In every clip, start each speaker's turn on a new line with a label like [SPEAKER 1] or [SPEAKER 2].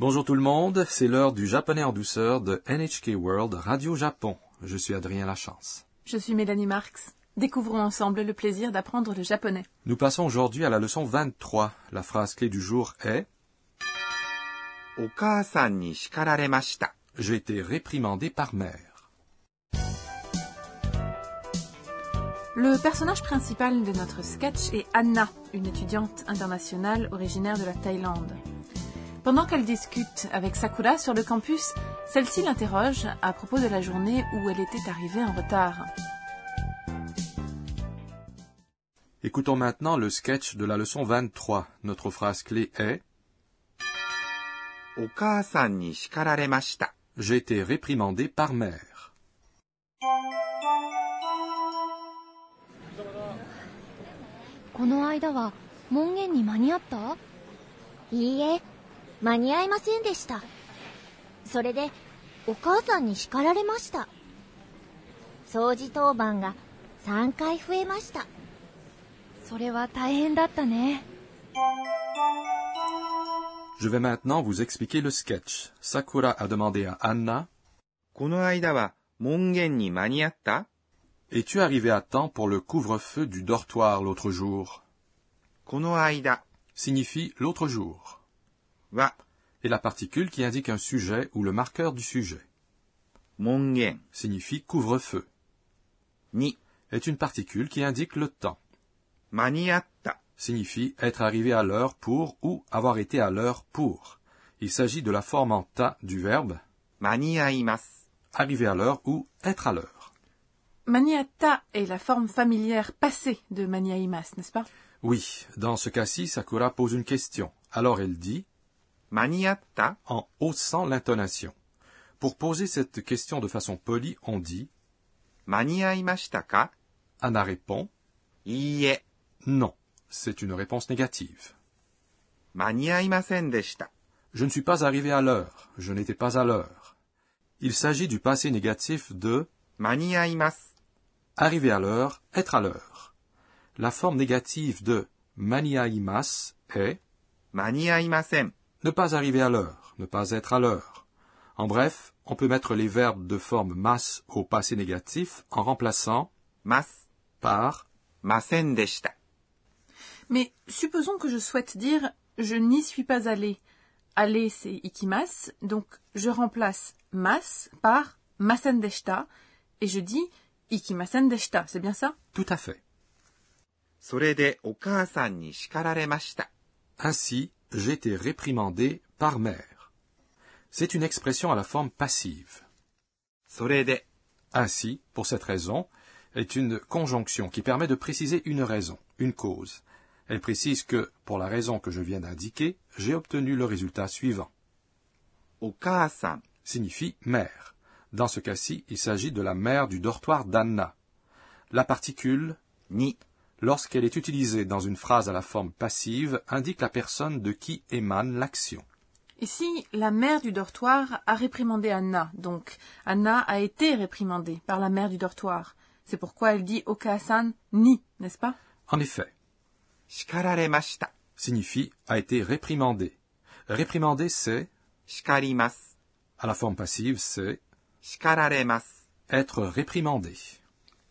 [SPEAKER 1] Bonjour tout le monde, c'est l'heure du japonais en douceur de NHK World Radio Japon. Je suis Adrien Lachance.
[SPEAKER 2] Je suis Mélanie Marx. Découvrons ensemble le plaisir d'apprendre le japonais.
[SPEAKER 1] Nous passons aujourd'hui à la leçon 23. La phrase clé du jour est
[SPEAKER 3] お母さんに叱られました。
[SPEAKER 1] J'ai été réprimandé par mère.
[SPEAKER 2] Le personnage principal de notre sketch est Anna, une étudiante internationale originaire de la Thaïlande. Pendant qu'elle discute avec Sakura sur le campus, celle-ci l'interroge à propos de la journée où elle était arrivée en retard.
[SPEAKER 1] Écoutons maintenant le sketch de la leçon 23. Notre phrase clé est
[SPEAKER 3] お母さんに叱られました。
[SPEAKER 1] J'ai été réprimandé par mère.
[SPEAKER 4] この間は門限に間に合った
[SPEAKER 5] いいえ、間に合いませんでした。それで、お母さんに叱られました。掃除当番が3回増えました。
[SPEAKER 4] それは大変だったね
[SPEAKER 1] Je vais maintenant vous expliquer le sketch. Sakura a demandé à Anna
[SPEAKER 3] この間は門限に間に合った
[SPEAKER 1] Es-tu arrivé à temps pour le couvre-feu du dortoir l'autre jour
[SPEAKER 3] この間
[SPEAKER 1] signifie l'autre jour
[SPEAKER 3] は
[SPEAKER 1] et la particule qui indique un sujet ou le marqueur du sujet
[SPEAKER 3] 門限
[SPEAKER 1] signifie couvre-feu
[SPEAKER 3] に
[SPEAKER 1] est une particule qui indique le temps
[SPEAKER 3] 間に合った。
[SPEAKER 1] signifie être arrivé à l'heure pour ou avoir été à l'heure pour. Il s'agit de la forme en ta du verbe
[SPEAKER 3] 間に合います。
[SPEAKER 1] arriver à l'heure ou être à l'heure.
[SPEAKER 2] Maniata est la forme familière passée de Maniaimas, n'est-ce pas
[SPEAKER 1] Oui, dans ce cas-ci, Sakura pose une question. Alors elle dit
[SPEAKER 3] 間に合った
[SPEAKER 1] en haussant l'intonation. Pour poser cette question de façon polie, on dit
[SPEAKER 3] 間に合いましたか
[SPEAKER 1] Anna répond
[SPEAKER 3] いいえ、
[SPEAKER 1] non. C'est une réponse négative.
[SPEAKER 3] 間に合いませんでした。
[SPEAKER 1] Je ne suis pas arrivé à l'heure. Je n'étais pas à l'heure. Il s'agit du passé négatif de
[SPEAKER 3] 間に合います。
[SPEAKER 1] arriver à l'heure, être à l'heure. La forme négative de maniaimas est
[SPEAKER 3] 間に合いません。
[SPEAKER 1] ne pas arriver à l'heure, ne pas être à l'heure. En bref, on peut mettre les verbes de forme mas au passé négatif en remplaçant
[SPEAKER 3] ます。
[SPEAKER 1] par
[SPEAKER 3] ませんでした。
[SPEAKER 2] Mais supposons que je souhaite dire je n'y suis pas allé. Aller, c'est ikimas, donc je remplace mas par masendeshita et je dis ikimasendeshita, c'est bien ça
[SPEAKER 1] tout à fait.
[SPEAKER 3] それでお母さんに叱られました。
[SPEAKER 1] Ainsi, j'ai été réprimandé par mère. C'est une expression à la forme passive.
[SPEAKER 3] それで
[SPEAKER 1] Ainsi, pour cette raison, est une conjonction qui permet de préciser une raison, une cause. Elle précise que, pour la raison que je viens d'indiquer, j'ai obtenu le résultat suivant.
[SPEAKER 3] お母さん、
[SPEAKER 1] Signifie mère. Dans ce cas-ci, il s'agit de la mère du dortoir d'Anna. La particule,
[SPEAKER 3] に、
[SPEAKER 1] lorsqu'elle est utilisée dans une phrase à la forme passive, indique la personne de qui émane l'action.
[SPEAKER 2] Ici, la mère du dortoir a réprimandé Anna, donc Anna a été réprimandée par la mère du dortoir. C'est pourquoi elle dit Okasan ni, n'est-ce pas
[SPEAKER 1] En effet,
[SPEAKER 3] 叱られました。
[SPEAKER 1] signifie a été réprimandée. Réprimandée, c'est,
[SPEAKER 3] 叱ります。
[SPEAKER 1] à la forme passive, c'est
[SPEAKER 3] 叱られます。
[SPEAKER 1] être réprimandé.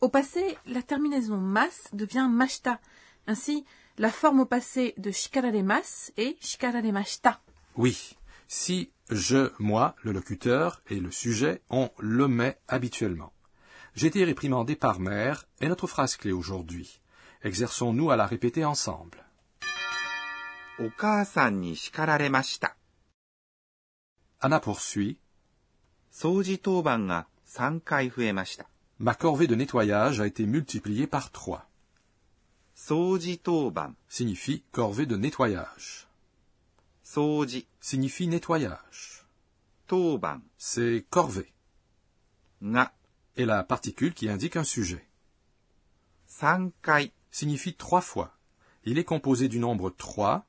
[SPEAKER 2] Au passé, la terminaison mas devient mashta. Ainsi, la forme au passé de shikararemas est shikaralemashita.
[SPEAKER 1] Oui, si je, moi, le locuteur et le sujet, on le met habituellement. J'ai été réprimandé par mère est notre phrase clé aujourd'hui. Exerçons-nous à la répéter ensemble.
[SPEAKER 3] お母さんに叱られました。
[SPEAKER 1] Anna poursuit.
[SPEAKER 3] 掃除当番が3回増えました。
[SPEAKER 1] Ma corvée de nettoyage a été multipliée par trois.
[SPEAKER 3] 掃除当番、
[SPEAKER 1] Signifie corvée de nettoyage.
[SPEAKER 3] 掃除、
[SPEAKER 1] Signifie nettoyage.
[SPEAKER 3] 当番
[SPEAKER 1] C'est corvée.
[SPEAKER 3] が
[SPEAKER 1] Et la particule qui indique un sujet.
[SPEAKER 3] 3回、
[SPEAKER 1] Signifie trois fois. Il est composé du nombre trois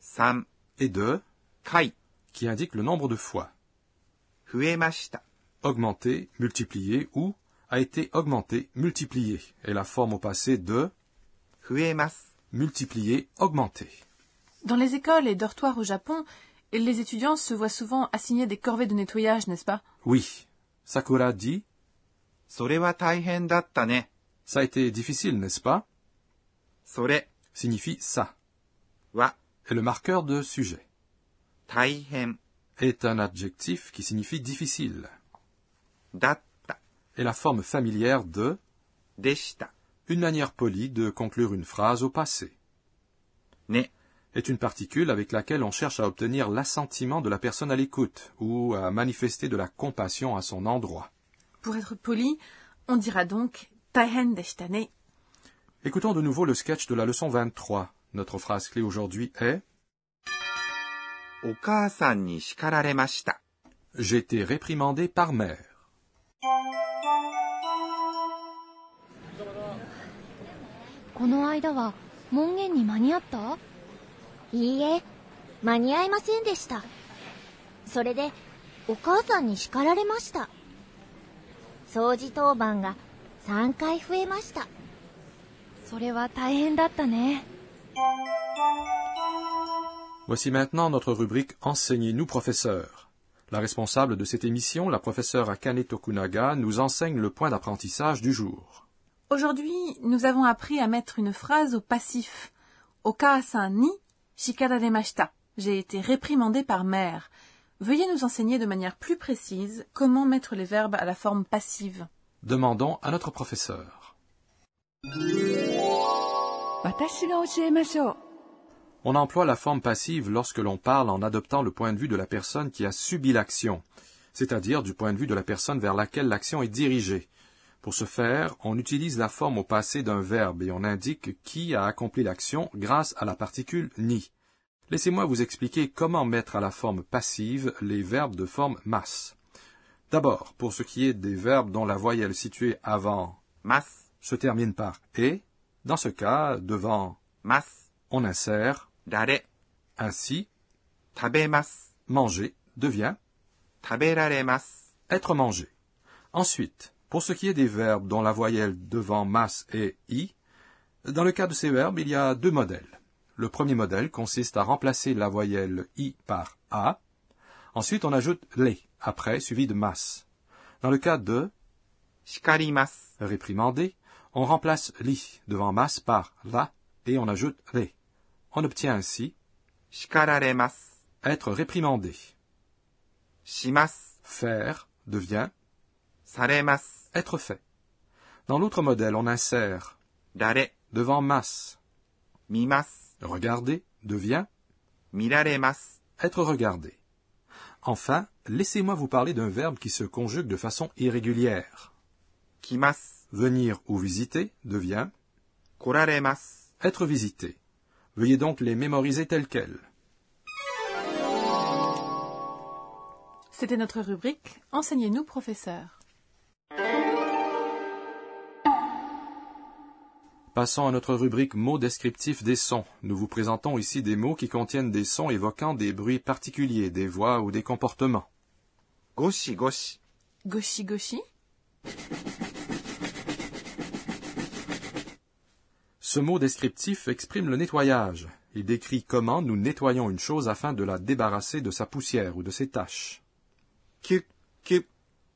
[SPEAKER 3] 3
[SPEAKER 1] et de
[SPEAKER 3] 回
[SPEAKER 1] qui indique le nombre de fois.
[SPEAKER 3] 増えました。
[SPEAKER 1] augmenté, multiplié ou a été augmenté, multiplié est la forme au passé de
[SPEAKER 3] 増えます。
[SPEAKER 1] multiplié, augmenté.
[SPEAKER 2] Dans les écoles et dortoirs au Japon, les étudiants se voient souvent assigner des corvées de nettoyage, n'est-ce pas
[SPEAKER 1] Oui. Sakura dit
[SPEAKER 3] それは大変だったね。
[SPEAKER 1] Ça a été difficile, n'est-ce pas
[SPEAKER 3] それ
[SPEAKER 1] signifie ça
[SPEAKER 3] は
[SPEAKER 1] et le marqueur de sujet
[SPEAKER 3] 大変
[SPEAKER 1] est un adjectif qui signifie difficile
[SPEAKER 3] だった。
[SPEAKER 1] et la forme familière de
[SPEAKER 3] でした。
[SPEAKER 1] une manière polie de conclure une phrase au passé
[SPEAKER 3] ね。
[SPEAKER 1] est une particule avec laquelle on cherche à obtenir l'assentiment de la personne à l'écoute ou à manifester de la compassion à son endroit.
[SPEAKER 2] Pour être poli, on dira donc Tahen deshtane.
[SPEAKER 1] Écoutons de nouveau le sketch de la leçon 23. Notre phrase clé aujourd'hui est
[SPEAKER 3] お母さんに叱られました。
[SPEAKER 1] J'ai été réprimandé par mère.
[SPEAKER 4] この間は門限に間に合った
[SPEAKER 5] いいえ、間に合いませんでした。それで、お母さんに叱られました。掃除当番が3回増えました。
[SPEAKER 4] それは大変だったね
[SPEAKER 1] Voici maintenant notre rubrique Enseignez-nous, professeur. La responsable de cette émission, la professeure Akane Tokunaga, nous enseigne le point d'apprentissage du jour.
[SPEAKER 2] Aujourd'hui, nous avons appris à mettre une phrase au passif. Okaasan ni shikarademashita. J'ai été réprimandé par mère. Veuillez nous enseigner de manière plus précise comment mettre les verbes à la forme passive.
[SPEAKER 1] Demandons à notre professeur.
[SPEAKER 6] 私が教えましょう
[SPEAKER 1] On emploie la forme passive lorsque l'on parle en adoptant le point de vue de la personne qui a subi l'action, c'est-à-dire du point de vue de la personne vers laquelle l'action est dirigée. Pour ce faire, on utilise la forme au passé d'un verbe et on indique qui a accompli l'action grâce à la particule ni. Laissez-moi vous expliquer comment mettre à la forme passive les verbes de forme masse. D'abord, pour ce qui est des verbes dont la voyelle située avant
[SPEAKER 3] ます、
[SPEAKER 1] se termine par et, dans ce cas, devant
[SPEAKER 3] ます、
[SPEAKER 1] on insère
[SPEAKER 3] られ、
[SPEAKER 1] ainsi
[SPEAKER 3] 食べます、
[SPEAKER 1] manger devient
[SPEAKER 3] 食べられます、
[SPEAKER 1] être mangé. Ensuite, pour ce qui est des verbes dont la voyelle devant masse est i, dans le cas de ces verbes, il y a deux modèles. Le premier modèle consiste à remplacer la voyelle i par a. Ensuite, on ajoute les après suivi de masse. Dans le cas de
[SPEAKER 3] 叱ります、
[SPEAKER 1] réprimander, on remplace li devant masse par la et on ajoute les. On obtient ainsi
[SPEAKER 3] 叱られます、
[SPEAKER 1] être réprimandé.
[SPEAKER 3] します、
[SPEAKER 1] Faire devient
[SPEAKER 3] されます、
[SPEAKER 1] être fait. Dans l'autre modèle, on insère
[SPEAKER 3] られ、
[SPEAKER 1] devant masse.
[SPEAKER 3] 見ます、
[SPEAKER 1] Regarder devient
[SPEAKER 3] 見られます、
[SPEAKER 1] être regardé. Enfin, laissez-moi vous parler d'un verbe qui se conjugue de façon irrégulière.
[SPEAKER 3] 来ます、
[SPEAKER 1] Venir ou visiter devient
[SPEAKER 3] 来られます、
[SPEAKER 1] être visité. Veuillez donc les mémoriser tels quels.
[SPEAKER 2] C'était notre rubrique Enseignez-nous, professeur.
[SPEAKER 1] Passons à notre rubrique mots descriptifs des sons. Nous vous présentons ici des mots qui contiennent des sons évoquant des bruits particuliers, des voix ou des comportements.
[SPEAKER 3] ゴシゴシ、
[SPEAKER 2] Goshi goshi.
[SPEAKER 1] Ce mot descriptif exprime le nettoyage. Il décrit comment nous nettoyons une chose afin de la débarrasser de sa poussière ou de ses taches.
[SPEAKER 3] キュッキュッ、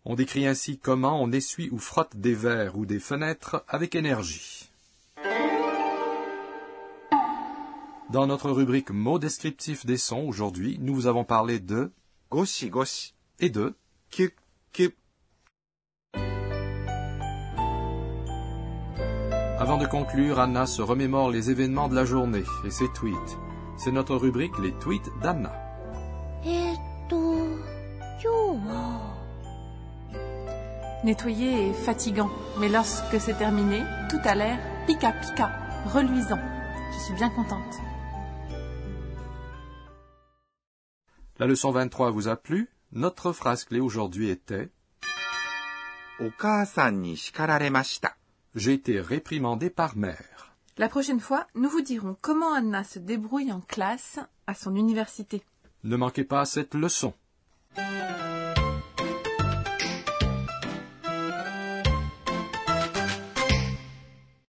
[SPEAKER 1] On décrit ainsi comment on essuie ou frotte des verres ou des fenêtres avec énergie. Dans notre rubrique mots descriptifs des sons, aujourd'hui, nous vous avons parlé de
[SPEAKER 3] ゴシゴシ、
[SPEAKER 1] et de.
[SPEAKER 3] キュッキュッ。
[SPEAKER 1] Avant de conclure, Anna se remémore les événements de la journée et ses tweets. C'est notre rubrique les tweets d'Anna.
[SPEAKER 5] えーっと、今日は、
[SPEAKER 2] Nettoyer est fatigant, mais lorsque c'est terminé, tout a l'air pica pica, reluisant. Je suis bien contente.
[SPEAKER 1] La leçon 23 vous a plu Notre phrase clé aujourd'hui était
[SPEAKER 3] お母さんに叱られました。
[SPEAKER 1] J'ai été réprimandé par mère.
[SPEAKER 2] La prochaine fois, nous vous dirons comment Anna se débrouille en classe à son université.
[SPEAKER 1] Ne manquez pas cette leçon.